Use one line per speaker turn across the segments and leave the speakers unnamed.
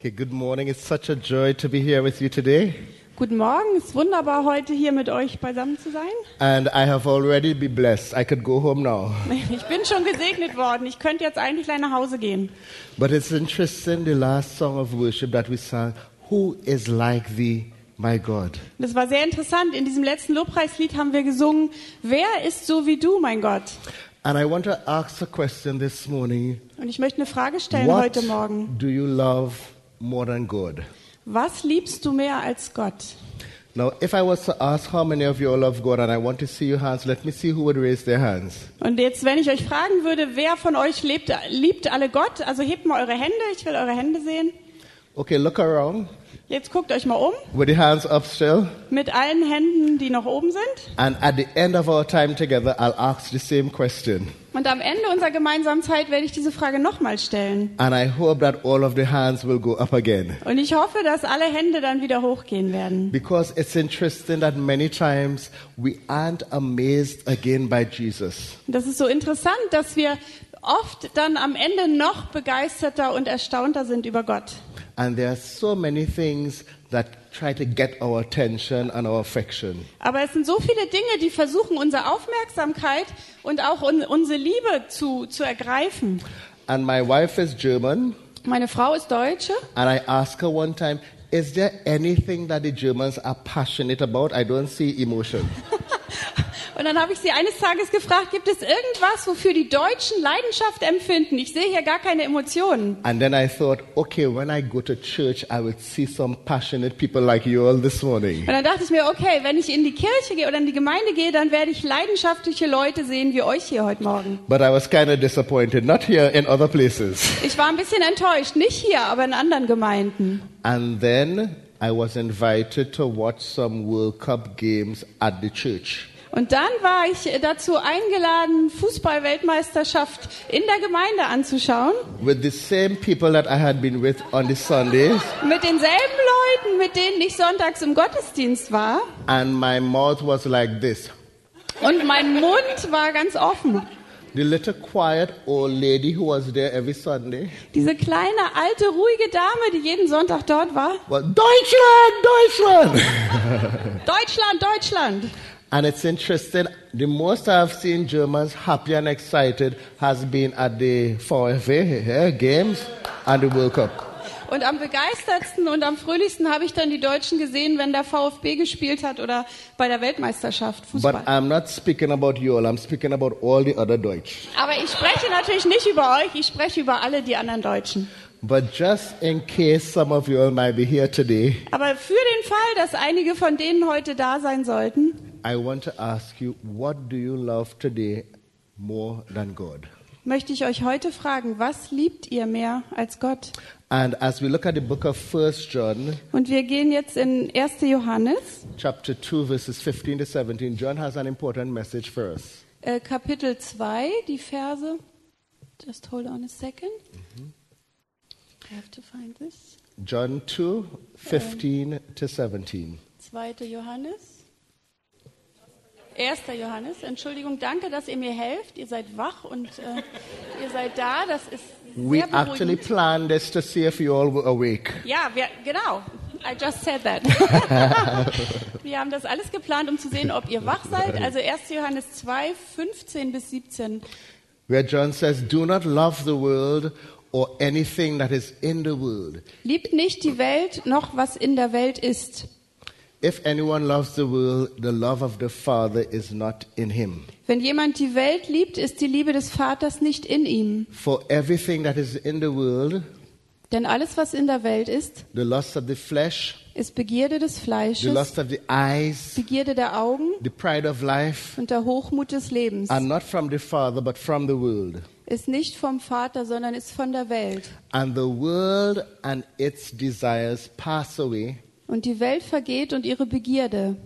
Okay, good morning. It's such a joy to be here with you today.
Guten Morgen, es ist wunderbar, heute hier mit euch beisammen zu sein.
And I have already been blessed. I could go home now.
Ich bin schon gesegnet worden, ich könnte jetzt eigentlich gleich nach Hause gehen.
But it's interesting the last song of worship that we sang Who is like thee, my God?
Und Es war sehr interessant, in diesem letzten Lobpreislied haben wir gesungen, wer ist so wie du, mein Gott?
And I want to ask a question this morning.
Und ich möchte eine Frage stellen
what
heute Morgen.
do you love more than God?
Was liebst du mehr als Gott?
Now, if I was to ask how many of you all love God and I want to see your hands, let me see who would raise their hands.
Und jetzt, wenn ich euch fragen würde, wer von euch lebt, liebt alle Gott, also hebt mal eure Hände, ich will eure Hände sehen.
Okay, look around
Jetzt guckt euch mal um,
with the hands up still.
mit allen Händen, die noch oben sind.
And at the end of our time together, I'll ask the same question.
Und am Ende unserer gemeinsamen Zeit werde ich diese Frage nochmal stellen.
And I hope that all of the hands will go up again.
Und ich hoffe, dass alle Hände dann wieder hochgehen werden.
Because it's interesting that many times we aren't amazed again by Jesus.
Und Das ist so interessant, dass wir oft dann am Ende noch begeisterter und erstaunter sind über Gott.
And there are so many things that try to get our attention and our affection.
Aber es sind so viele Dinge, die versuchen, unsere Aufmerksamkeit und auch un unsere Liebe zu, zu ergreifen.
And my wife is German,
Meine Frau ist Deutsche
and I asked her one time, Is there anything that the Germans are passionate about? I don't see emotion.
und dann habe ich sie eines Tages gefragt, gibt es irgendwas, wofür die Deutschen Leidenschaft empfinden? Ich sehe hier gar keine Emotionen.
And then I thought, okay, when I go to church, I will see some passionate people like you all this morning.
Und dann dachte ich mir, okay, wenn ich in die Kirche gehe oder in die Gemeinde gehe, dann werde ich leidenschaftliche Leute sehen wie euch hier heute Morgen.
But I was kind of disappointed, not here, in other places.
Ich war ein bisschen enttäuscht, nicht hier, aber in anderen Gemeinden.
And then I was invited to watch some World Cup games at the church.
Und dann war ich dazu eingeladen, Fußball-Weltmeisterschaft in der Gemeinde anzuschauen.
With the same people that I had been with on the Sundays,
Mit denselben Leuten, mit denen ich sonntags im Gottesdienst war.
and my mouth was like this.
Und mein Mund war ganz offen.
The little quiet old lady who was there every Sunday
Diese kleine, alte, ruhige Dame, die jeden Sonntag dort war.
was Deutschland, Deutschland.
Deutschland, Deutschland.
And it's interesting, the most I've seen Germans happy and excited has been at the VFA eh, games and the World Cup.
Und am begeistertsten und am fröhlichsten habe ich dann die Deutschen gesehen, wenn der VfB gespielt hat oder bei der Weltmeisterschaft Fußball.
But I'm not speaking about you all, I'm speaking about all the other Deutsch.
Aber ich spreche natürlich nicht über euch, ich spreche über alle die anderen Deutschen.
But just in case some of you all might be here today,
Aber für den Fall, dass einige von denen heute da sein sollten,
I want to ask you, what do you love today more than God?
möchte ich euch heute fragen, was liebt ihr mehr als Gott?
And as we look at the book of First John,
Und wir gehen jetzt in 1. Johannes,
chapter 2, verses 15 to 17, John has an important message for us.
äh, Kapitel 2, die Verse. Just hold on a second. I have to find this.
John 2, 15 to 17.
2. Johannes. 1. Johannes, Entschuldigung, danke, dass ihr mir helft. Ihr seid wach und äh, ihr seid da. Das ist
We
sehr beruhigend.
actually planned this to see if you all were awake.
Ja, wir, genau. I just said that. wir haben das alles geplant, um zu sehen, ob ihr wach seid. Also 1. Johannes 2, 15 bis 17.
Where John says, Do not love the world or anything that is in the world.
Liebt nicht die Welt, noch was in der Welt ist.
If anyone loves the world, the love of the Father is not in him.
Wenn jemand die Welt liebt, ist die Liebe des Vaters nicht in ihm.
For everything that is in the world,
Denn alles, was in der Welt ist,
the lust of the flesh,
ist Begierde des
the
Fleisches,
lust of the eyes,
Begierde der Augen
the pride of life,
und der Hochmut des Lebens.
are not from the Father, but from the world.
Ist nicht vom Vater, sondern ist von der Welt.
And the world and its desires pass away,
Und die Welt vergeht und ihre Begierde.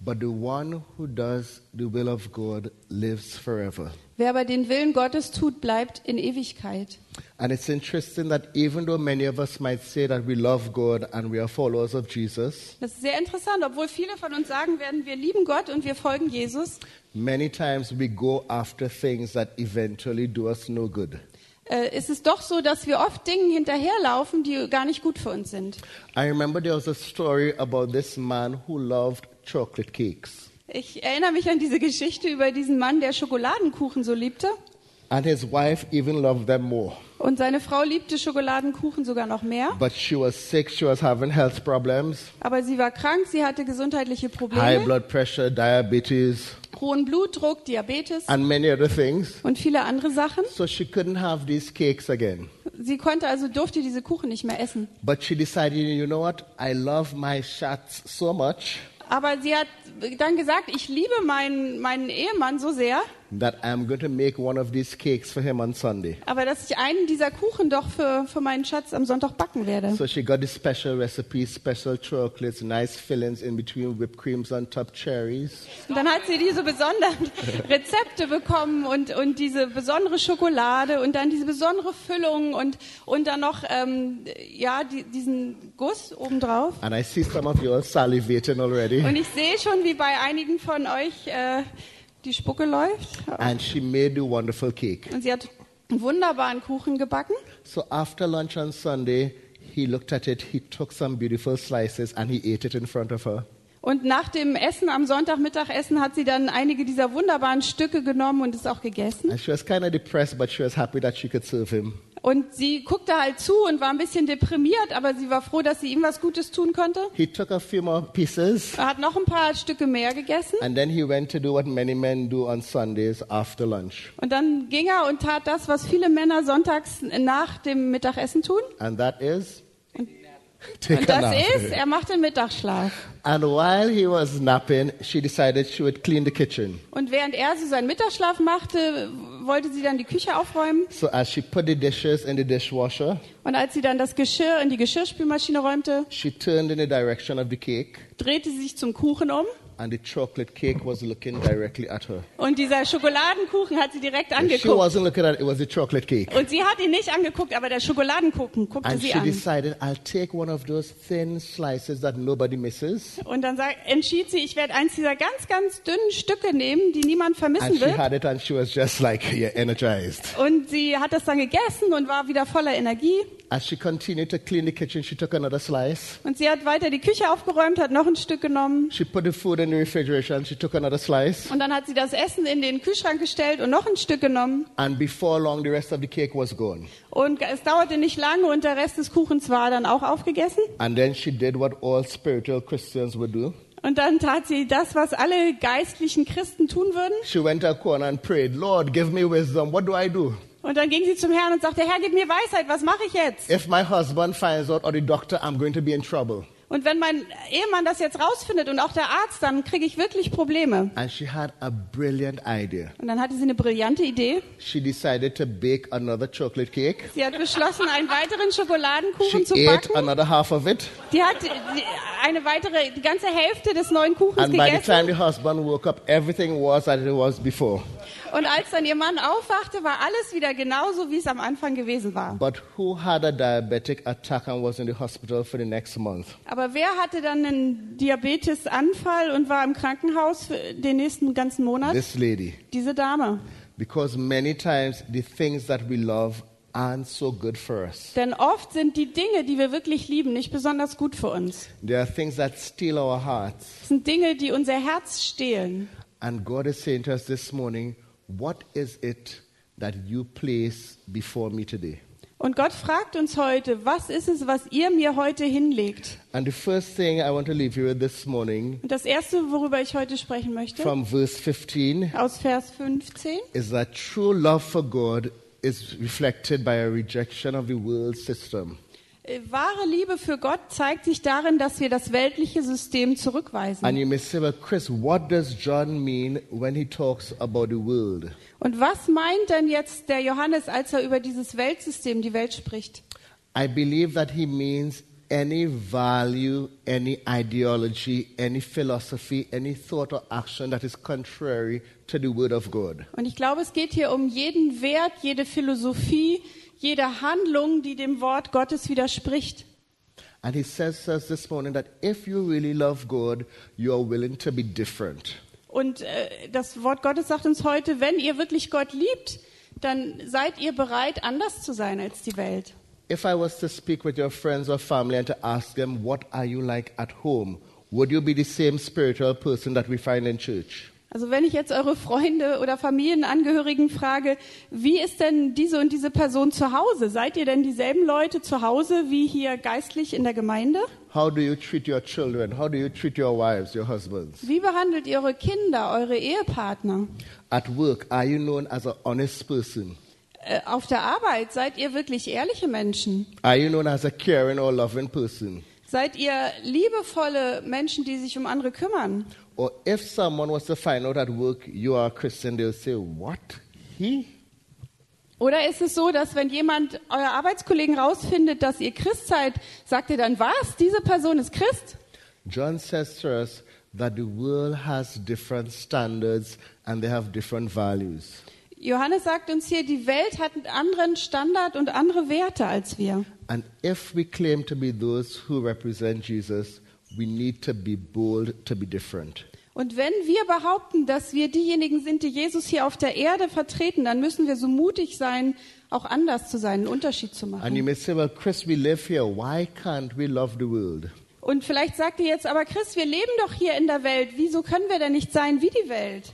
But the one who does the will of God lives forever.
Wer aber den Willen Gottes tut, bleibt in Ewigkeit.
And it's interesting that even though many of us might say that we love God and we are followers of Jesus,
Das ist sehr interessant, obwohl viele von uns sagen werden, wir lieben Gott und wir folgen Jesus.
many times we go after things that eventually do us no good.
äh, ist es doch so, dass wir oft Dingen hinterherlaufen, die gar nicht gut für uns sind.
I remember there was a story about this man who loved chocolate cakes.
Ich erinnere mich an diese Geschichte über diesen Mann, der Schokoladenkuchen so liebte.
And his wife even loved them more.
Und seine Frau liebte Schokoladenkuchen sogar noch mehr.
But she was sick, she was having health problems,
Aber sie war krank, sie hatte gesundheitliche
high
Probleme,
blood pressure, diabetes,
hohen Blutdruck, Diabetes
and many other things.
und viele andere Sachen.
So she couldn't have these cakes again.
Sie konnte also, durfte diese Kuchen nicht mehr essen.
But she decided, you know what? I love my shots so much
Aber sie hat dann gesagt, ich liebe meinen, meinen Ehemann so sehr,
that I'm going to make one of these cakes for him on Sunday.
aber dass ich einen dieser Kuchen doch für, für meinen Schatz am Sonntag backen werde.
So she got the special recipes, special chocolates, nice fillings in between, whipped creams on top, cherries.
Und dann hat sie diese besonderen Rezepte bekommen und, und diese besondere Schokolade und dann diese besondere Füllung und, und dann noch ähm, ja, die, diesen Guss obendrauf.
And I see some of you all salivating already.
Und ich sehe schon, wie bei einigen von euch äh, die Spucke läuft.
And she made the wonderful cake.
Und sie hat einen wunderbaren Kuchen gebacken.
So after lunch on Sunday, he looked at it, he took some beautiful slices, and he ate it in front of her.
Und nach dem Essen, am Sonntagmittagessen, hat sie dann einige dieser wunderbaren Stücke genommen und es auch gegessen.
And she was kind of depressed, but she was happy that she could serve him.
Und sie guckte halt zu und war ein bisschen deprimiert, aber sie war froh, dass sie ihm was Gutes tun konnte.
He took a few more pieces,
Er hat noch ein paar Stücke mehr gegessen.
and then he went to do what many men do on Sundays after lunch,
Und dann ging er und tat das, was viele Männer sonntags nach dem Mittagessen tun.
and that is take
Und das
nap.
ist, er macht den Mittagsschlaf.
And while he was napping, she decided she would clean the kitchen.
Und während er so seinen Mittagsschlaf machte, wollte sie dann die Küche aufräumen.
So as she put the dishes in the dishwasher,
Und als sie dann das Geschirr in die Geschirrspülmaschine räumte,
she turned in the direction of the cake,
drehte sie sich zum Kuchen um.
and the chocolate cake was looking directly at her.
Und dieser Schokoladenkuchen hat sie direkt
She
angeguckt.
wasn't looking at it, it was the chocolate cake.
Und sie hat ihn nicht angeguckt, aber der Schokoladenkuchen guckte
And
sie
she
an.
decided, I'll take one of those thin slices that nobody misses.
Und dann sag, entschied sie, ich werde eins dieser ganz, ganz dünnen Stücke nehmen, die niemand
And
vermissen
she
wird.
had it, and she was just like, yeah, energized.
Und sie hat das dann gegessen und war wieder voller Energie.
As she continued to clean the kitchen, she took another slice.
Und sie hat weiter die Küche aufgeräumt, hat noch ein Stück genommen.
She put the food in the refrigerator, and she took another slice.
Und dann hat sie das Essen in den Kühlschrank gestellt und noch ein Stück genommen.
And before long, the rest of the cake was gone.
Und es dauerte nicht lange und der Rest des Kuchens war dann auch aufgegessen.
And then she did what all spiritual Christians would do.
Und dann tat sie das, was alle geistlichen Christen tun würden.
She went to a corner and prayed, Lord, give me wisdom. What do I do?
Und dann ging sie zum Herrn und sagte, Herr, gib mir Weisheit, was mache ich jetzt?
If my husband finds out or the doctor, I'm going to be in trouble.
Und wenn mein Ehemann das jetzt rausfindet und auch der Arzt, dann kriege ich wirklich Probleme.
And she had a brilliant idea.
Und dann hatte sie eine brillante Idee.
She decided to bake another chocolate cake.
Sie hat beschlossen, einen weiteren
She
Schokoladenkuchen zu
ate
backen.
another half of it.
Die hat die- eine weitere, die ganze Hälfte des neuen Kuchens
And by the
gegessen.
time the husband woke up, everything was as it was before.
Und als dann ihr Mann aufwachte, war alles wieder genauso, wie es am Anfang gewesen war.
But who had a diabetic attack and was in the hospital for the next month?
Aber wer hatte dann einen Diabetesanfall und war im Krankenhaus für den nächsten ganzen Monat?
This lady.
Diese Dame.
Because many times the things that we love aren't so good for us.
Denn oft sind die Dinge, die wir wirklich lieben, nicht besonders gut für uns.
There are things that steal our hearts.
Es sind Dinge, die unser Herz stehlen.
And God is saying to us this morning, what is it that you place before me today?
Und Gott fragt uns heute, was ist es, was ihr mir heute hinlegt?
And the first thing I want to leave you with this morning
Und das Erste, worüber ich heute sprechen möchte,
from verse 15
aus Vers 15.
is that true love for God is reflected by a rejection of the world system.
Äh, Wahre Liebe für Gott zeigt sich darin, dass wir das weltliche System zurückweisen.
And you may say, well, Chris, what does John mean when he talks about the world?
Und was meint denn jetzt der Johannes, als er über dieses Weltsystem, die Welt spricht?
I believe that he means any value, any ideology, any philosophy, any thought or action that is contrary to the word of God.
Und ich glaube, es geht hier um jeden Wert, jede Philosophie, jede Handlung, die dem Wort Gottes widerspricht.
And he says to us this morning that if you really love God, you are willing to be different.
Und äh, das Wort Gottes sagt uns heute, wenn ihr wirklich Gott liebt, dann seid ihr bereit, anders zu sein als die Welt.
If I was to speak with your friends or family and to ask them, what are you like at home? Would you be the same spiritual person that we find in church?
Also wenn ich jetzt eure Freunde oder Familienangehörigen frage, wie ist denn diese und diese Person zu Hause? Seid ihr denn dieselben Leute zu Hause wie hier geistlich in der Gemeinde?
How do you treat your children? How do you treat your wives, your husbands?
Wie behandelt ihr eure Kinder, eure Ehepartner?
At work, are you known as an honest person?
Äh, auf der Arbeit seid ihr wirklich ehrliche Menschen?
Are you known as a caring or loving person?
Seid ihr liebevolle Menschen, die sich um andere kümmern?
Or if someone was to find out at work you are a Christian, they'll say, What? He?
Oder ist es so, dass wenn jemand euer Arbeitskollegen rausfindet, dass ihr Christ seid, sagt ihr dann, was? Diese Person ist Christ?
John says to us that the world has different standards and they have different values.
Johannes sagt uns hier, die Welt hat einen anderen Standard und andere Werte als wir.
And if we claim to be those who represent Jesus, we need to be bold to be different.
Und wenn wir behaupten, dass wir diejenigen sind, die Jesus hier auf der Erde vertreten, dann müssen wir so mutig sein, auch anders zu sein, einen Unterschied zu
And you
machen.
may say, Well, Chris, we live here. Why can't we love the world?
Und vielleicht sagt ihr jetzt, aber Chris, wir leben doch hier in der Welt, wieso können wir denn nicht sein wie die Welt?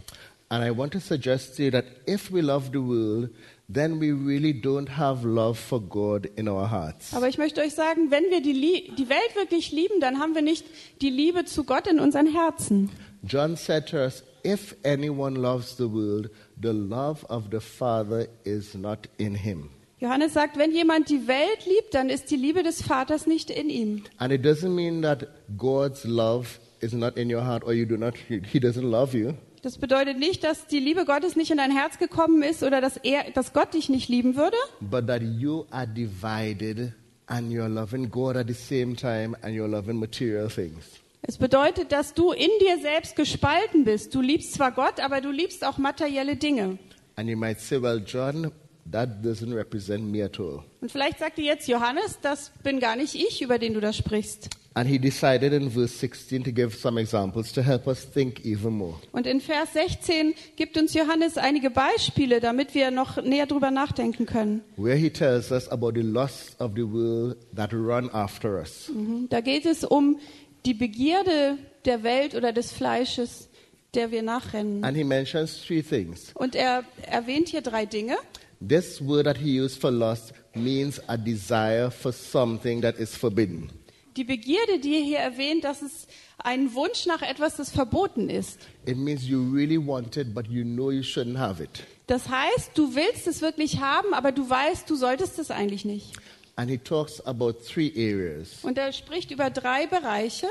And I want to suggest to you that if we love the world, then we really don't have love for God in our hearts.
Aber ich möchte euch sagen, wenn wir die, Lie- die Welt wirklich lieben, dann haben wir nicht die Liebe zu Gott in unseren Herzen.
John said to us, If anyone loves the world, the love of the Father is not in him.
Johannes sagt, wenn jemand die Welt liebt, dann ist die Liebe des Vaters nicht in ihm.
And it doesn't mean that God's love is not in your heart or you do not, he doesn't love you.
Das bedeutet nicht, dass die Liebe Gottes nicht in dein Herz gekommen ist oder dass, er, dass Gott dich nicht lieben würde,
but that you are divided and you're loving God at the same time and you're loving material things.
Es bedeutet, dass du in dir selbst gespalten bist. Du liebst zwar Gott, aber du liebst auch materielle Dinge.
And you might say, well, John, that doesn't represent me at all.
Und vielleicht sagt dir jetzt Johannes, das bin gar nicht ich, über den du da sprichst.
And he decided in verse 16 to give some examples to help us think even more.
Und in Vers 16 gibt uns Johannes einige Beispiele, damit wir noch näher drüber nachdenken können.
Where he tells us about the lusts of the world that run after us.
Mhm. Da geht es um die Begierde der Welt oder des Fleisches, der wir nachrennen.
And he mentions three things.
Und er erwähnt hier drei Dinge.
This word that he used for lust means a desire for something that is forbidden.
Die Begierde, die er hier erwähnt, das ist ein Wunsch nach etwas, das verboten ist.
It means you really want it, but you know you shouldn't have it.
Das heißt, du willst es wirklich haben, aber du weißt, du solltest es eigentlich nicht.
And he talks about three areas.
Und er spricht über drei Bereiche.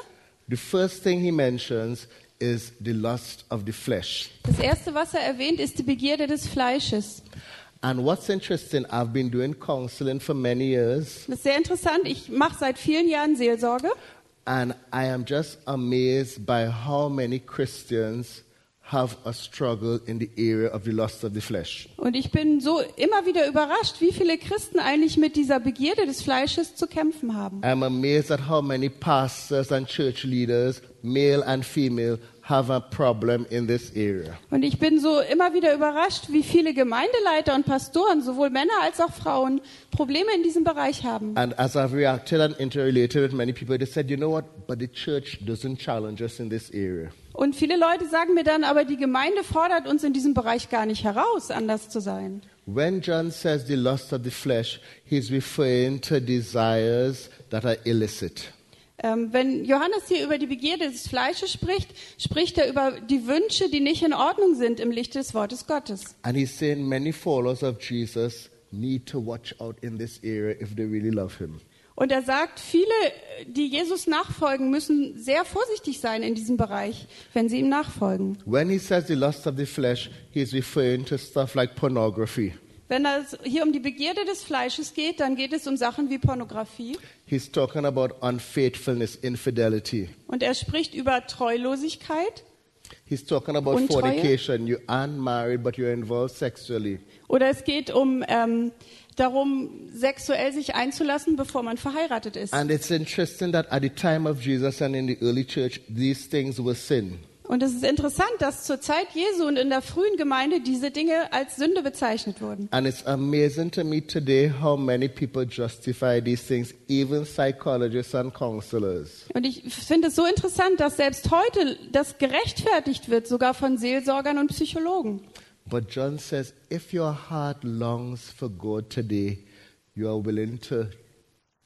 The first thing he mentions is the lust of the flesh.
Das erste, was er erwähnt, ist die Begierde des Fleisches.
And what's interesting, I've been doing counseling for many years,
Das ist sehr interessant. Ich mache seit vielen Jahren Seelsorge.
and I am just amazed by how many Christians have a struggle in the area of the lust of the flesh.
Und ich bin so immer wieder überrascht, wie viele Christen eigentlich mit dieser Begierde des Fleisches zu kämpfen haben.
I'm amazed at how many pastors and church leaders, male and female, have a problem in this area.
Und ich bin so immer wieder überrascht, wie viele Gemeindeleiter und Pastoren, sowohl Männer als auch Frauen, Probleme in diesem Bereich haben.
And as I've reacted and interrelated with many people, they said, you know what, but the church doesn't challenge us in this area.
Und viele Leute sagen mir dann, aber die Gemeinde fordert uns in diesem Bereich gar nicht heraus, anders zu sein.
When John says the lust of the flesh, he's referring to desires that are illicit.
Ähm, wenn Johannes hier über die Begierde des Fleisches spricht, spricht er über die Wünsche, die nicht in Ordnung sind im Licht des Wortes Gottes.
And he's saying many followers of Jesus need to watch out in this area if they really love him.
Und er sagt, viele, die Jesus nachfolgen, müssen sehr vorsichtig sein in diesem Bereich, wenn sie ihm nachfolgen.
When he says the lust of the flesh, he's referring to stuff like pornography.
Wenn es hier um die Begierde des Fleisches geht, dann geht es um Sachen wie Pornografie.
He's talking about unfaithfulness, infidelity.
Und er spricht über Treulosigkeit
He's talking about
Untreue?
fornication. You aren't married, but you're involved sexually.
oder es geht um ähm, darum, sexuell sich einzulassen, bevor man verheiratet ist.
And it's interesting that at the time of Jesus and in the early church, these things were sin.
Und es ist interessant, dass zur Zeit Jesu und in der frühen Gemeinde diese Dinge als Sünde bezeichnet wurden.
And it's amazing to me today how many people justify these things, even psychologists and counselors.
Und ich finde es so interessant, dass selbst heute das gerechtfertigt wird, sogar von Seelsorgern und Psychologen.
But John says, if your heart longs for God today, you are willing to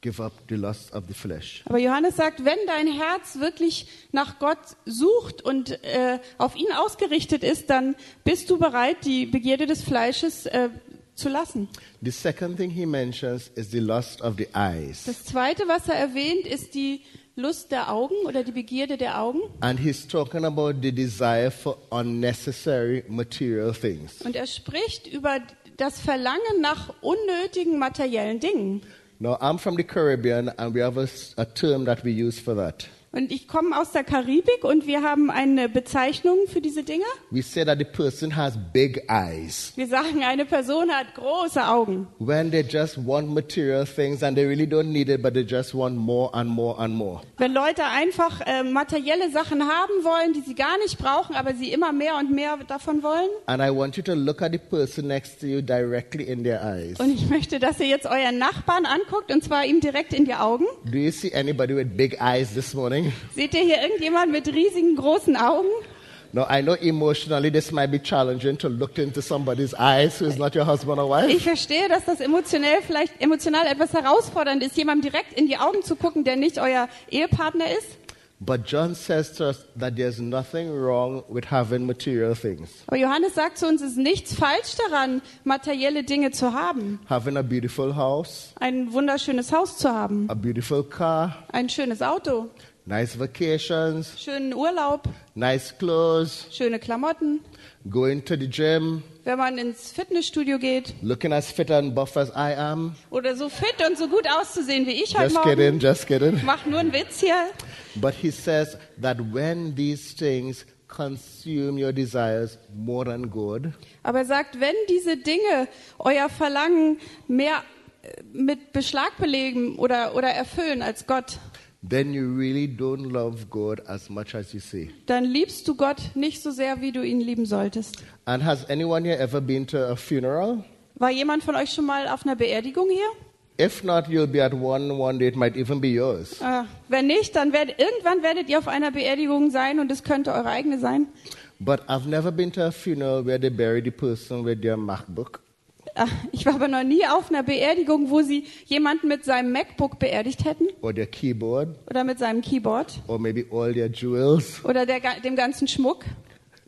give up the lust of the flesh.
Aber Johannes sagt, wenn dein Herz wirklich nach Gott sucht und äh, auf ihn ausgerichtet ist, dann bist du bereit, die Begierde des Fleisches äh, zu lassen.
The second thing he mentions is the lust of the eyes.
Das Zweite, was er erwähnt, ist die Lust der Augen oder die Begierde der Augen.
And he's talking about the desire for unnecessary material things.
Und er spricht über das Verlangen nach unnötigen materiellen Dingen.
Now, I'm from the Caribbean, and we have a, s- a term that we use for that.
Und ich komme aus der Karibik und wir haben eine Bezeichnung für diese Dinge.
We say that the person has big eyes
Wir sagen, eine Person hat große Augen.
when they just want material things and they really don't need it, but they just want more and more and more.
Wenn Leute einfach äh, materielle Sachen haben wollen, die sie gar nicht brauchen, aber sie immer mehr und mehr davon wollen.
And I want you to look at the person next to you directly in their eyes.
Und ich möchte, dass ihr jetzt euren Nachbarn anguckt und zwar ihm direkt in die Augen.
Do you see anybody with big eyes this morning?
Seht ihr hier irgendjemand mit riesigen großen Augen?
Now, I know emotionally this might be challenging to look into somebody's eyes who is not your husband or wife.
Ich verstehe, dass das emotionell vielleicht emotional etwas herausfordernd ist, jemandem direkt in die Augen zu gucken, der nicht euer Ehepartner ist.
But John says to us that there's nothing wrong with having material things,
Aber Johannes sagt zu uns, es ist nichts falsch daran, materielle Dinge zu haben.
having a beautiful house,
Ein wunderschönes Haus zu haben,
a beautiful car,
ein schönes Auto,
nice vacations,
schönen Urlaub,
nice clothes,
schöne Klamotten.
going to the gym,
Wenn man ins Fitnessstudio geht
looking as fit and buff as I am.
oder so fit und so gut auszusehen wie ich heute
Just
Morgen.
kidding, just kidding.
Mach nur einen Witz hier.
But he says that when these things consume your desires more than God,
Aber er sagt, wenn diese Dinge euer Verlangen mehr äh, mit Beschlag belegen oder, oder erfüllen als Gott,
then you really don't love God as much as you say.
dann liebst du Gott nicht so sehr, wie du ihn lieben solltest.
And has anyone here ever been to a funeral?
War jemand von euch schon mal auf einer Beerdigung hier?
If not, you'll be at one one day. It might even be yours.
Äh, wenn nicht, dann werdet, irgendwann werdet ihr auf einer Beerdigung sein und es könnte eure eigene sein.
But I've never been to a funeral where they bury the person with their MacBook.
Äh, ich war aber noch nie auf einer Beerdigung, wo sie jemanden mit seinem MacBook beerdigt hätten
or their keyboard
oder mit seinem Keyboard
or maybe all their jewels.
oder der, ga- dem ganzen Schmuck.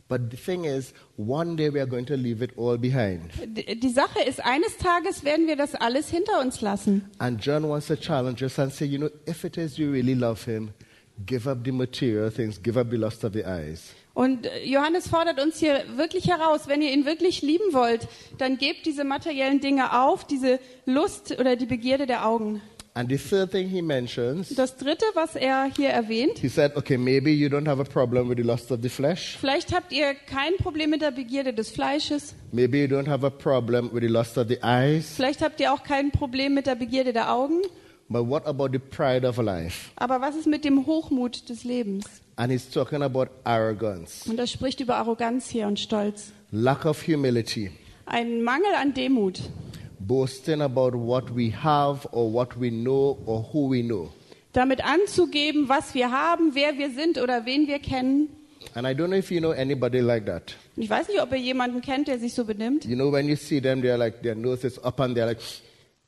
But the thing is, one day we are going to leave it all behind.
D- Die Sache ist, eines Tages werden wir das alles hinter uns lassen.
And John wants to challenge us and say, you know, if it is you really love him, give up the material things, give up the lust of the eyes.
Und äh, Johannes fordert uns hier wirklich heraus, wenn ihr ihn wirklich lieben wollt, dann gebt diese materiellen Dinge auf, diese Lust oder die Begierde der Augen.
And the third thing he mentions,
Das Dritte, was er hier erwähnt,
he said, okay, maybe you don't have a problem with the lust of the flesh.
vielleicht habt ihr kein Problem mit der Begierde des Fleisches,
Maybe you don't have a problem with the lust of the eyes.
vielleicht habt ihr auch kein Problem mit der Begierde der Augen,
But what about the pride of life?
aber was ist mit dem Hochmut des Lebens?
And he's talking about arrogance,
Und er spricht über Arroganz hier und Stolz.
lack of humility.
Ein Mangel an Demut.
boasting about what we have or what we know or who we know.
damit anzugeben, was wir haben, wer wir sind oder wen wir kennen.
And I don't know if you know anybody like that.
Und ich weiß nicht, ob ihr jemanden kennt, der sich so benimmt.
You know, when you see them, they're like, their nose is up and they're like,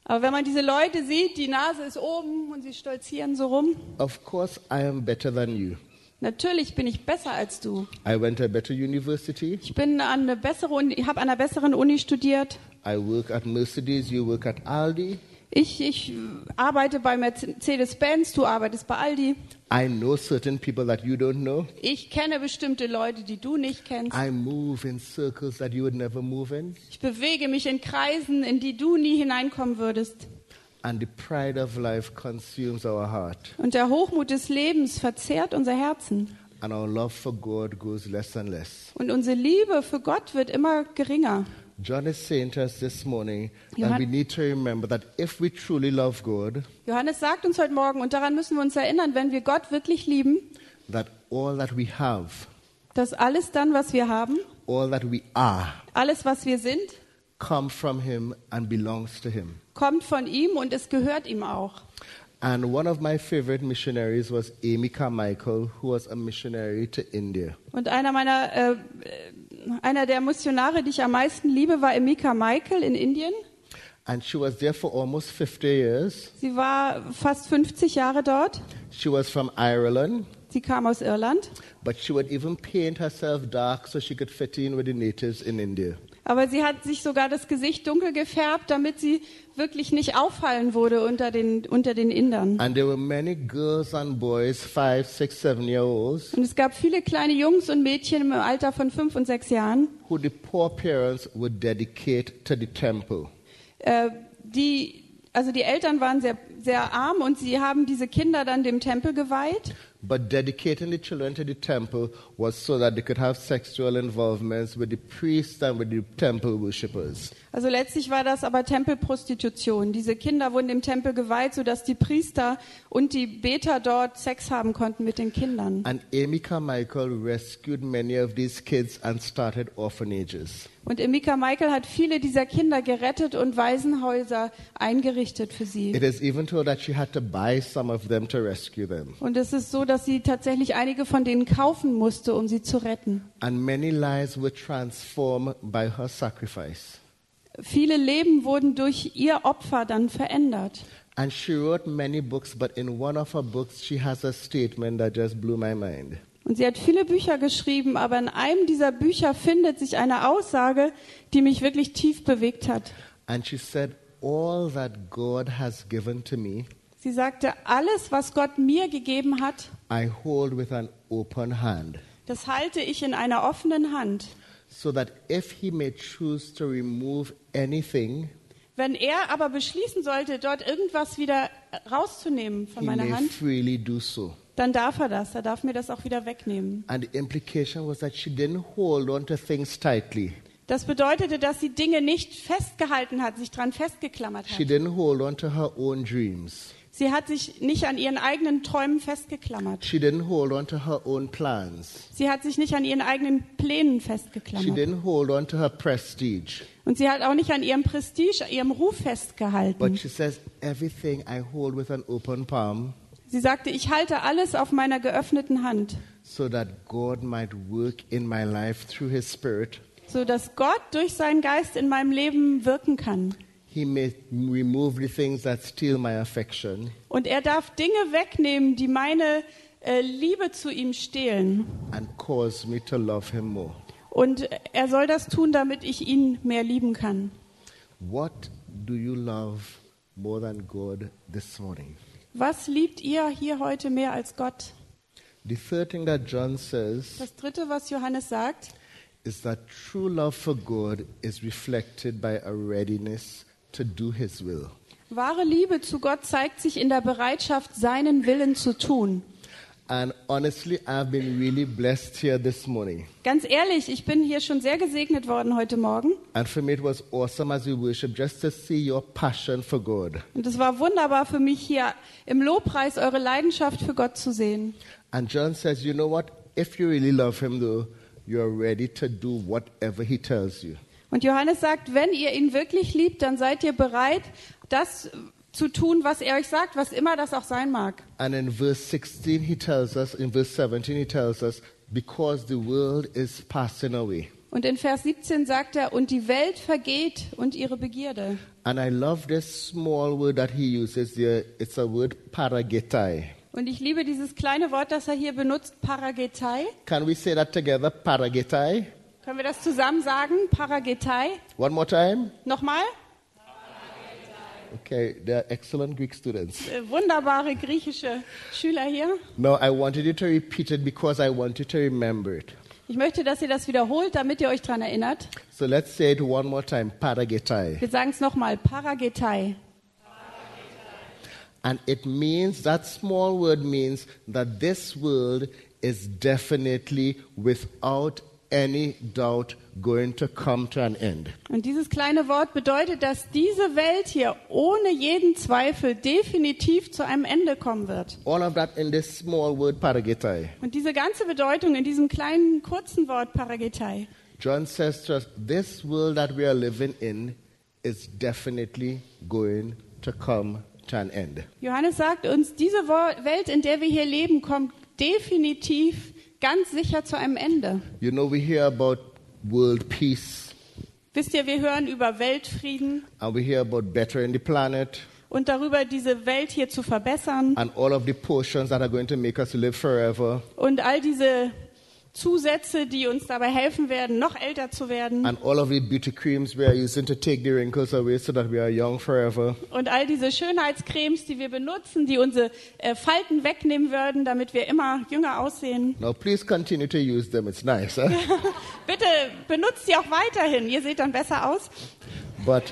Aber wenn man diese Leute sieht, die Nase ist oben und sie stolzieren so rum.
of course I am better than you.
Natürlich bin ich besser als du.
I went to a better university.
Ich bin an eine bessere Uni, ich habe an einer besseren Uni studiert.
I work at Mercedes, you work at Aldi.
Ich, ich arbeite bei Mercedes-Benz, du arbeitest bei Aldi.
I know certain people that you don't know.
Ich kenne bestimmte Leute, die du nicht kennst.
I move in circles that you would never move in.
Ich bewege mich in Kreisen, in die du nie hineinkommen würdest.
And the pride of life consumes our heart.
Und der Hochmut des Lebens verzehrt unser Herzen.
And our love for God goes less and less.
Und unsere Liebe für Gott wird immer geringer.
John is saying to us this morning that
Johann-
we need to remember that if we truly love God,
Johannes sagt uns heute Morgen, und daran müssen wir uns erinnern, wenn wir Gott wirklich lieben,
that all that we have
dass alles dann, was wir haben,
all that we are,
alles, was wir sind,
come from Him and belongs to Him.
kommt von ihm und es gehört ihm auch.
And one of my favorite missionaries was Amy Carmichael, who was a missionary to India.
Und einer meiner, äh, äh, einer der Missionare, die ich am meisten liebe, war Emika Michael in Indien.
And she was there for almost 50 years.
Sie war fast 50 Jahre dort.
She was from Ireland,
Sie kam aus Irland.
but she would even paint herself dark so she could fit in with the natives in India.
Aber sie hat sich sogar das Gesicht dunkel gefärbt, damit sie wirklich nicht auffallen wurde unter den, unter den Indern.
And there were many girls and boys, five, six, seven year olds,
Und es gab viele kleine Jungs und Mädchen im Alter von fünf und sechs Jahren,
who the poor parents would dedicate to the temple.
äh, die, also die Eltern waren sehr, sehr arm und sie haben diese Kinder dann dem Tempel geweiht.
But dedicating the children to the temple was so that they could have sexual involvements with the priests and with the temple worshippers.
Also letztlich war das aber Tempelprostitution. Diese Kinder wurden dem Tempel geweiht, sodass die Priester und die Beter dort Sex haben konnten mit den Kindern.
And Amy Carmichael rescued many of these kids and started orphanages.
Und Emika Michael hat viele dieser Kinder gerettet und Waisenhäuser eingerichtet für sie.
It is even told that she had to buy some of them to rescue them.
Und es ist so, dass sie tatsächlich einige von denen kaufen musste, um sie zu retten.
And many lives were transformed by her sacrifice.
Viele Leben wurden durch ihr Opfer dann verändert.
And she wrote many books, but in one of her books, she has a statement that just blew my mind.
Und sie hat viele Bücher geschrieben, aber in einem dieser Bücher findet sich eine Aussage, die mich wirklich tief bewegt hat.
And she said, All that God has given to me,
Sie sagte, alles, was Gott mir gegeben hat,
I hold with an open hand,
das halte ich in einer offenen Hand.
so that if He may choose to remove anything,
Wenn er aber beschließen sollte, dort irgendwas wieder rauszunehmen von
He
meiner
may
Hand,
freely do so.
dann darf er das. Er darf mir das auch wieder wegnehmen.
And the implication was that she didn't hold on to things tightly.
Das bedeutete, dass sie Dinge nicht festgehalten hat, sich dran festgeklammert
She
hat.
didn't hold on to her own dreams.
Sie hat sich nicht an ihren eigenen Träumen festgeklammert.
She didn't hold on to her own plans.
Sie hat sich nicht an ihren eigenen Plänen
She
festgeklammert.
didn't hold on to her prestige.
Und sie hat auch nicht an ihrem Prestige, ihrem Ruf
But
festgehalten.
she says, everything I hold with an open palm
Sie sagte, ich halte alles auf meiner geöffneten Hand,
so that God might work in my life through his spirit.
so dass Gott durch seinen Geist in meinem Leben wirken kann.
He may remove the things that steal my affection
Und er darf Dinge wegnehmen, die meine äh, Liebe zu ihm stehlen.
and cause me to love him more.
Und er soll das tun, damit ich ihn mehr lieben kann.
What do you love more than God this morning?
Was liebt ihr hier heute mehr als Gott?
The third thing that John says
Das dritte, was Johannes sagt,
is that true love for God is reflected by a readiness to do his will.
wahre Liebe zu Gott zeigt sich in der Bereitschaft, seinen Willen zu tun.
And honestly, I've been really blessed here this morning.
Ganz ehrlich, ich bin hier schon sehr gesegnet worden heute Morgen.
And for me, it was awesome as we worship just to see your passion for God.
Und es war wunderbar für mich hier im Lobpreis eure Leidenschaft für Gott zu sehen.
And John says, you know what? If you really love him, though, you're ready to do whatever he tells you.
Und Johannes sagt, wenn ihr ihn wirklich liebt, dann seid ihr bereit, das zu tun, was er euch sagt, was immer das auch sein mag.
And in verse 16, he tells us, in verse 17, he tells us, because the world is passing away.
Und in Vers 17 sagt er, und die Welt vergeht und ihre Begierde.
And I love this small word that he uses there. It's a word paragetai.
Und ich liebe dieses kleine Wort, das er hier benutzt, Paragetai.
Can we say that together? Paragetai.
Können wir das zusammen sagen? Paragetai.
One more time.
Nochmal?
Okay, they're excellent Greek students.
Äh, Wunderbare griechische Schüler hier.
No, I wanted you to repeat it because I want you to remember it.
Ich möchte, dass ihr das wiederholt, damit ihr euch daran erinnert.
So let's say it one more time. Paragetai.
Wir sagen es nochmal, Paragetai.
And it means, that small word means that this world is definitely without any doubt going to come to an end.
Und dieses kleine Wort bedeutet, dass diese Welt hier ohne jeden Zweifel definitiv zu einem Ende kommen wird.
All of that in this small word, paragetai.
Und diese ganze Bedeutung in diesem kleinen, kurzen Wort Paragetai.
John says to us, this world that we are living in is definitely going to come to an end.
Johannes sagt uns, diese Wo- Welt, in der wir hier leben, kommt definitiv ganz sicher zu einem Ende.
You know, we hear about world peace,
Wisst ihr, wir hören über Weltfrieden
and we hear about bettering the planet,
und darüber, diese Welt hier zu verbessern
and all of the potions that are going to make us live forever,
und all diese Zusätze, die uns dabei helfen werden, noch älter zu werden
and all of the beauty creams we are using to take the wrinkles away so that we are young forever.
und all diese Schönheitscremes, die wir benutzen, die unsere äh, Falten wegnehmen würden, damit wir immer jünger aussehen.
Now, please continue to use them. It's nice. eh?
Bitte benutzt sie auch weiterhin, ihr seht dann besser aus.
But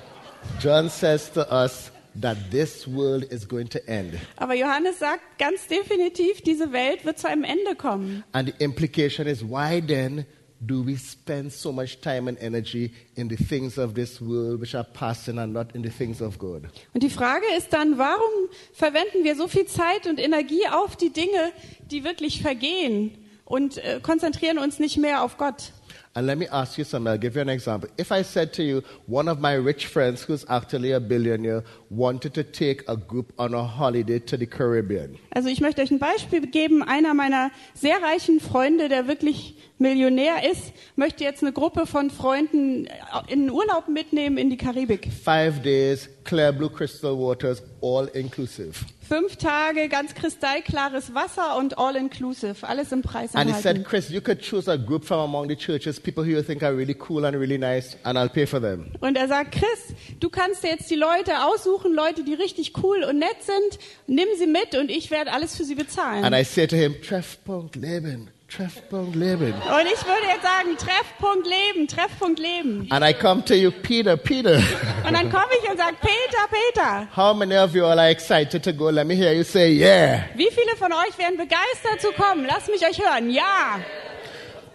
John says to us that this world is going to end.
Aber Johannes sagt ganz definitiv, diese Welt wird zu einem Ende kommen.
And the implication is why then do we spend so much time and energy in the things of this world which are passing and not in the things of God?
Und die Frage ist dann, warum verwenden wir so viel Zeit und Energie auf die Dinge, die wirklich vergehen und äh, konzentrieren uns nicht mehr auf Gott?
And let me ask you something. I'll give you an example. If I said to you, one of my rich friends who's actually a billionaire wanted to take a group on a holiday to the Caribbean.
Also ich möchte euch ein Beispiel geben. Einer meiner sehr reichen Freunde, der wirklich Millionär ist, möchte jetzt eine Gruppe von Freunden äh, in den Urlaub mitnehmen in die Karibik.
Five days, clear blue crystal waters, all inclusive.
Fünf Tage ganz kristallklares Wasser und all inclusive, alles im Preis
And he said,
enthalten.
Chris, you could choose a group from among the churches, people who you think are really cool and really nice, and I'll pay for them.
Und er sagt, Chris, du kannst dir jetzt die Leute aussuchen, Leute, die richtig cool und nett sind, nimm sie mit und ich werde alles für sie bezahlen.
And I say to him, Treffpunkt Leben, Treffpunkt Leben.
Und ich würde jetzt sagen, Treffpunkt Leben, Treffpunkt Leben.
And I come to you, Peter, Peter.
Und dann komme ich und sage, Peter, Peter,
How many of you all are excited to go? Let me hear you say, yeah.
Wie viele von euch wären begeistert zu kommen? Lasst mich euch hören. Ja.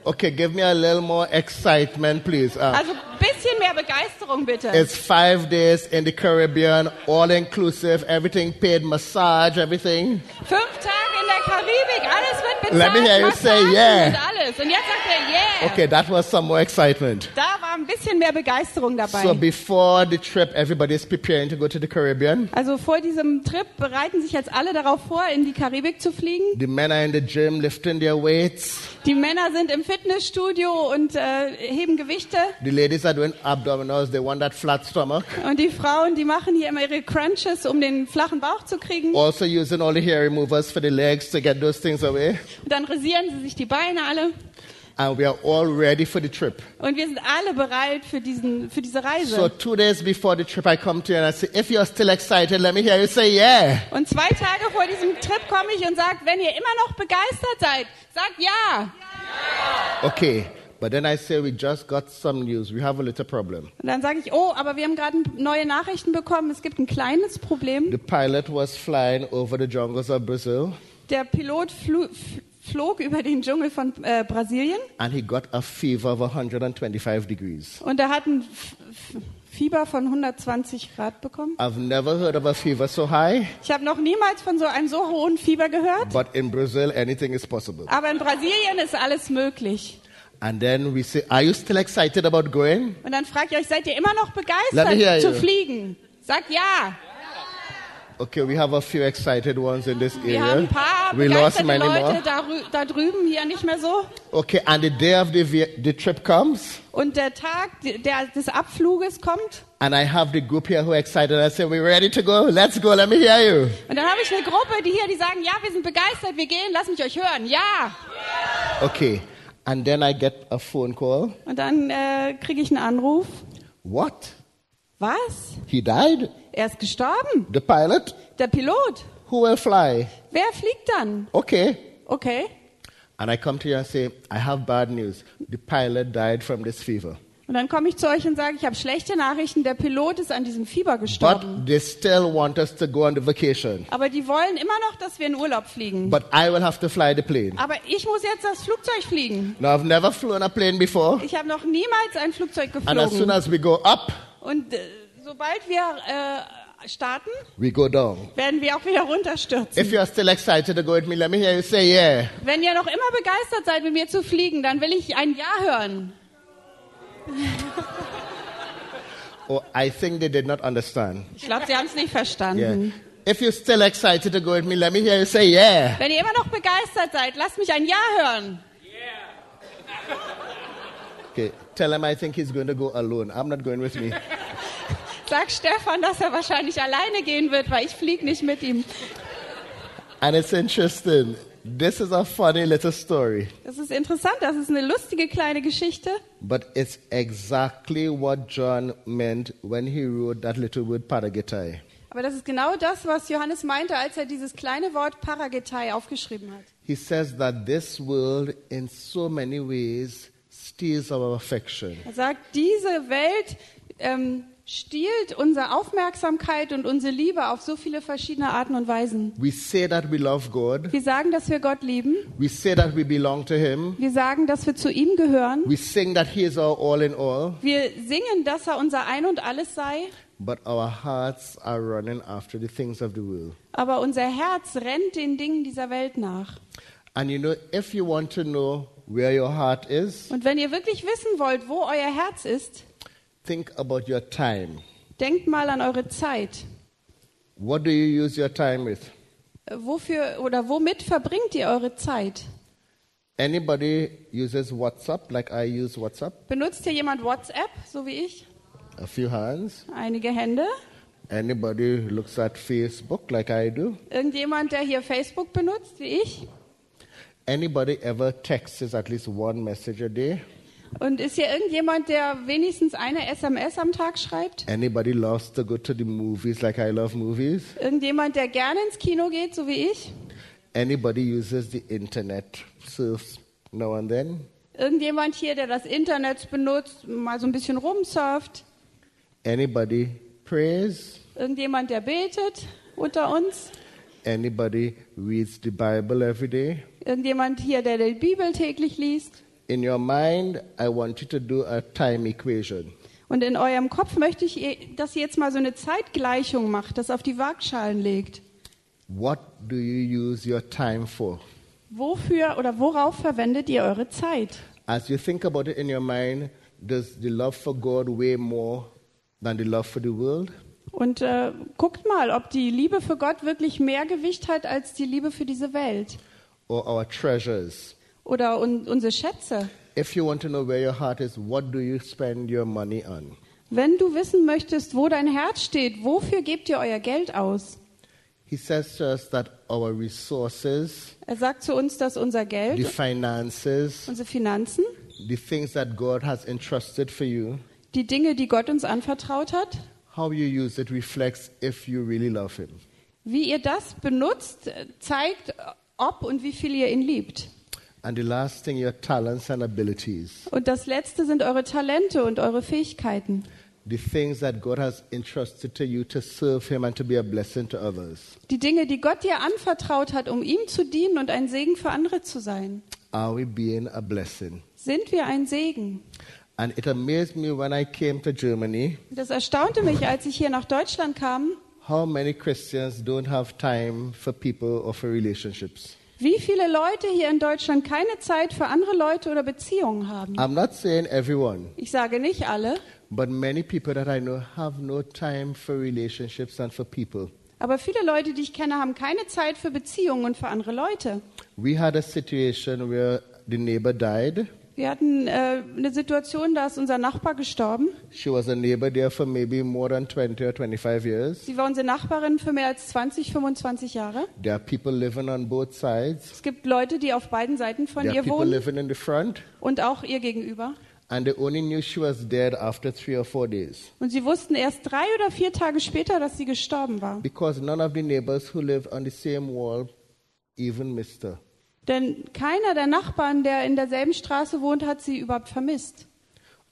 Okay, give me a little more excitement, please. Uh,
Also ein bisschen mehr Begeisterung bitte.
it's five days in the Caribbean, all inclusive, everything paid, massage, everything.
Fünf Tage in der Karibik, alles
Let
wird bezahlt.
me hear you say
Massagen
yeah.
Und alles. Und jetzt sagt er yeah.
Okay, that was some more excitement.
Da war ein bisschen mehr Begeisterung
So
dabei.
before the trip, everybody's preparing to go to the Caribbean.
Also vor diesem Trip bereiten sich jetzt alle darauf vor, in die Karibik zu fliegen.
The men are in the gym lifting their weights.
Die Männer sind im Fitnessstudio und äh, heben Gewichte.
The ladies are doing abdominals. They want that flat stomach.
Und die Frauen, die machen hier immer ihre Crunches, um den flachen Bauch zu kriegen. Und
Also using all the hair removers for the legs to get those things away.
dann rasieren sie sich die Beine alle.
And we are all ready for the trip.
Und wir sind alle bereit für, diesen, für diese
So
Reise.
two days before the trip, I come to you and I say, if you're still excited, let me hear you say, yeah.
Und zwei Tage vor diesem Trip komme ich und sage, wenn ihr immer noch begeistert seid, sagt ja.
Okay. But then I say, we just got some news. We have a little problem.
Und dann sage ich, oh, aber wir haben gerade neue Nachrichten bekommen, es gibt ein kleines Problem.
The pilot was flying over the jungles of Brazil
Der Pilot flu- f- flog über den Dschungel von äh, Brasilien
and he got a fever of 125 degrees.
und er hat ein F F Fieber von 120 Grad bekommen.
I've never heard of a fever so high,
Ich habe noch niemals von so einem so hohen Fieber gehört,
but in Brazil, anything is possible.
aber in Brasilien ist alles möglich.
And then we say, are you still excited about going?
Und dann frage ich euch, seid ihr immer noch
Let me hear
begeistert
you.
zu fliegen? Sagt ja.
Okay, we have a few excited ones in this
Wir haben
area.
ein paar
We lost
begeisterte
many
Leute
more.
da, rü- da drüben hier nicht mehr so.
Okay, and the day of the, vi- the trip comes,
Und der Tag de- der, des Abfluges kommt.
and I have the group here who are excited. I say, we're ready to go. Let's go. Let me hear you.
Und dann habe ich eine Gruppe, die hier, die sagen, ja, wir sind begeistert, wir gehen, lasst mich euch hören, ja.
Okay, and then I get a phone call.
Und dann äh, kriege ich einen Anruf.
What?
Was?
He died?
Er ist gestorben?
The pilot?
Der Pilot?
Who will fly?
Wer fliegt dann?
Okay.
Okay.
And I come to you and say, I have bad news. The pilot died from this fever.
Und dann komme ich zu euch und sage, ich habe schlechte Nachrichten, der Pilot ist an diesem Fieber gestorben.
But they still want us to go on the vacation.
Aber die wollen immer noch, dass wir in Urlaub fliegen.
But I will have to fly the plane.
Aber ich muss jetzt das Flugzeug fliegen.
Now, I've never flown a plane before.
Ich habe noch niemals ein Flugzeug
And as soon
geflogen.
as we go up,
Und äh, sobald wir äh, starten,
we go down.
werden wir auch wieder runterstürzen.
If you are still excited to go with me, let me hear you say, yeah.
Wenn ihr noch immer begeistert seid, mit mir zu fliegen, dann will ich ein Ja hören.
Oh, I think they did not understand.
Ich glaube, sie haben es nicht
Yeah.
verstanden.
If you're still excited to go with me, let me hear you say, yeah.
Wenn ihr immer noch begeistert seid, lasst mich ein Ja hören.
Okay, tell him I think he's going to go alone. I'm not going with me.
Sag Stefan, dass er wahrscheinlich alleine gehen wird, weil ich fliege nicht mit ihm.
And it's interesting. This is a funny little story,
Das ist interessant, das ist eine lustige kleine Geschichte.
but it's exactly what John meant when he wrote that little word paragatai.
Aber das ist genau das, was Johannes meinte, als er dieses kleine Wort Paragetai aufgeschrieben hat.
He says that this world, in so many ways, steals our affection.
Er sagt, diese Welt ähm, stiehlt unsere Aufmerksamkeit und unsere Liebe auf so viele verschiedene Arten und Weisen.
We say that we love God.
Wir sagen, dass wir Gott lieben.
We say that we belong to Him.
Wir sagen, dass wir zu ihm gehören.
We sing that He is our all in all.
Wir singen, dass er unser Ein und Alles sei.
But our hearts are running after the things of the world.
Aber unser Herz rennt den Dingen dieser Welt nach.
And you know, if you want to know where your heart is,
Und wenn ihr wirklich wissen wollt, wo euer Herz ist,
think about your time.
denkt mal an eure Zeit.
What do you use your time with?
Äh, Wofür oder womit verbringt ihr eure Zeit?
Anybody uses WhatsApp like I use WhatsApp?
Benutzt hier jemand WhatsApp, so wie ich?
A few hands.
Einige Hände.
Anybody looks at Facebook like I do?
Irgendjemand, der hier Facebook benutzt, wie ich?
Anybody ever texts at least one message a day?
Und ist hier irgendjemand, der wenigstens eine SMS am Tag schreibt?
Anybody loves to go to the movies like I love movies?
Irgendjemand, der gerne ins Kino geht, so wie ich?
Anybody uses the internet, surfs now and then?
Irgendjemand hier, der das Internet benutzt, mal so ein bisschen rumsurft?
Anybody prays?
Irgendjemand, der betet unter uns?
Anybody reads the Bible every day?
Irgendjemand hier, der die Bibel täglich liest?
In your mind, I want you to do a time equation.
Und in eurem Kopf möchte ich, ihr- dass ihr jetzt mal so eine Zeitgleichung macht, das auf die Waagschalen legt.
What do you use your time for?
Wofür oder worauf verwendet ihr eure Zeit?
As you think about it in your mind, does the love for God weigh more than the love for the world?
Und äh, guckt mal, ob die Liebe für Gott wirklich mehr Gewicht hat als die Liebe für diese Welt
Or our treasures?
oder un unsere Schätze.
If you want to know where your heart is, what do you spend your money on?
Wenn du wissen möchtest, wo dein Herz steht, wofür gebt ihr euer Geld aus?
He says to us that our resources,
Er sagt zu uns, dass unser
the
Geld,
finances,
unsere Finanzen,
the things that God has entrusted for you,
die Dinge, die Gott uns anvertraut hat,
How you use it reflects if you really love him.
wie ihr das benutzt, äh, zeigt, ob und wie viel ihr ihn liebt.
And the last thing, your talents and abilities.
Und das Letzte sind eure Talente und eure Fähigkeiten.
The things that God has entrusted to you to serve him and to be a blessing to others.
Die Dinge, die Gott dir anvertraut hat, um ihm zu dienen und ein Segen für andere zu sein.
Are we being a blessing?
Sind wir ein Segen?
And it amazed me when I came to Germany
Das erstaunte mich, als ich hier nach Deutschland kam,
how many Christians don't have time for people or for relationships.
wie viele Leute hier in Deutschland keine Zeit für andere Leute oder Beziehungen haben.
I'm not saying everyone,
Ich sage nicht alle,
but many people that I know have no time for relationships and for people.
aber viele Leute, die ich kenne, haben keine Zeit für Beziehungen und für andere Leute.
We had a situation where the neighbor died.
Wir hatten äh, eine Situation, da ist unser Nachbar gestorben.
She was a neighbor there for maybe more than 20 or 25 years.
Sie war unsere Nachbarin für mehr als 20, 25 Jahre.
There are people living on both sides.
Es gibt Leute, die auf beiden Seiten von
There are
ihr
people
wohnen
living in the front.
und auch ihr gegenüber.
And they only knew she was dead after three or four days
Und sie wussten erst drei oder vier Tage später, dass sie gestorben war.
because none of the neighbors who lived on the same wall even missed her.
Denn keiner der Nachbarn, der in derselben Straße wohnt, hat sie überhaupt vermisst.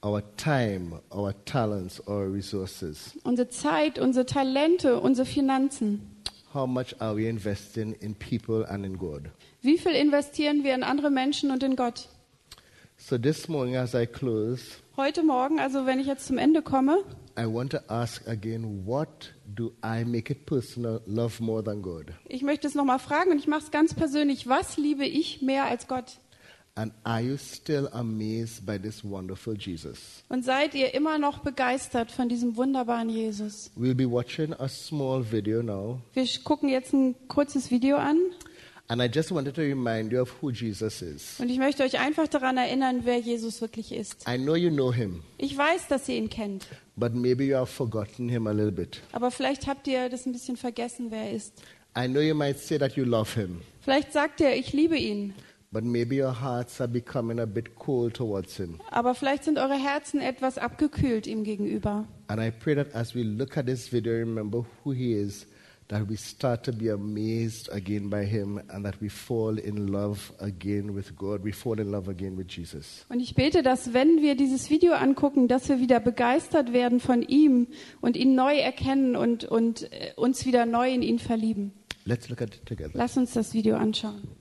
our time, our talents, our resources.
Unsere Zeit, unsere Talente, unsere Finanzen.
How much are we investing in people and in God?
Wie viel investieren wir in andere Menschen und in Gott?
So this morning, as I close,
Heute Morgen, also wenn ich jetzt zum Ende komme,
I want to ask again what do I make it personal, love more than God?
ich möchte es nochmal fragen und ich mache es ganz persönlich. Was liebe ich mehr als Gott?
And are you still amazed by this wonderful Jesus?
Und seid ihr immer noch begeistert von diesem wunderbaren Jesus?
We'll be watching a small video now,
Wir sch- gucken jetzt ein kurzes Video an
and I just wanted to remind you of who Jesus is.
und ich möchte euch einfach daran erinnern, wer Jesus wirklich ist.
I know you know him,
Ich weiß, dass ihr ihn kennt,
but maybe you have forgotten him a little bit.
aber vielleicht habt ihr das ein bisschen vergessen, wer er ist.
I know you might say that you love him,
Vielleicht sagt ihr, ich liebe ihn,
but maybe your hearts are becoming a bit cold towards him.
aber vielleicht sind eure Herzen etwas abgekühlt ihm gegenüber.
And I pray that as we look at this video, remember who he is, that we start to be amazed again by him, and that we fall in love again with God. We fall in love again with Jesus.
Und ich bete, dass wenn wir dieses Video angucken, dass wir wieder begeistert werden von ihm und ihn neu erkennen und, und äh, uns wieder neu in ihn verlieben.
Let's look at it together.
Lass uns das Video anschauen.